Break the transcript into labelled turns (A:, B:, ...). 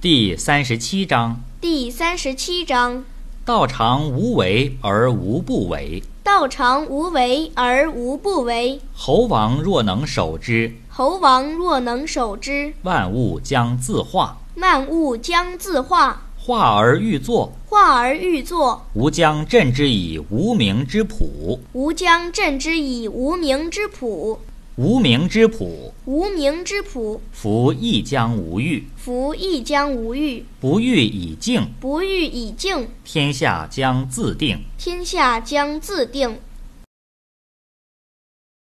A: 第三十七章：
B: 第三十七章：
A: 道常无为而无不为，
B: 道常无为而无不为，
A: 猴王若能守之，
B: 猴王若能守之，
A: 万物将自化；
B: 万物将自化。
A: 化而欲作，
B: 化而欲作，
A: 吾将镇之以无名之朴。
B: 吾将镇之以无名之朴。
A: 无名之朴，
B: 无名之朴，
A: 夫亦将无欲；
B: 夫亦将无欲。
A: 不欲以静，
B: 不欲以静，
A: 天下将自定。
B: 天下将自定。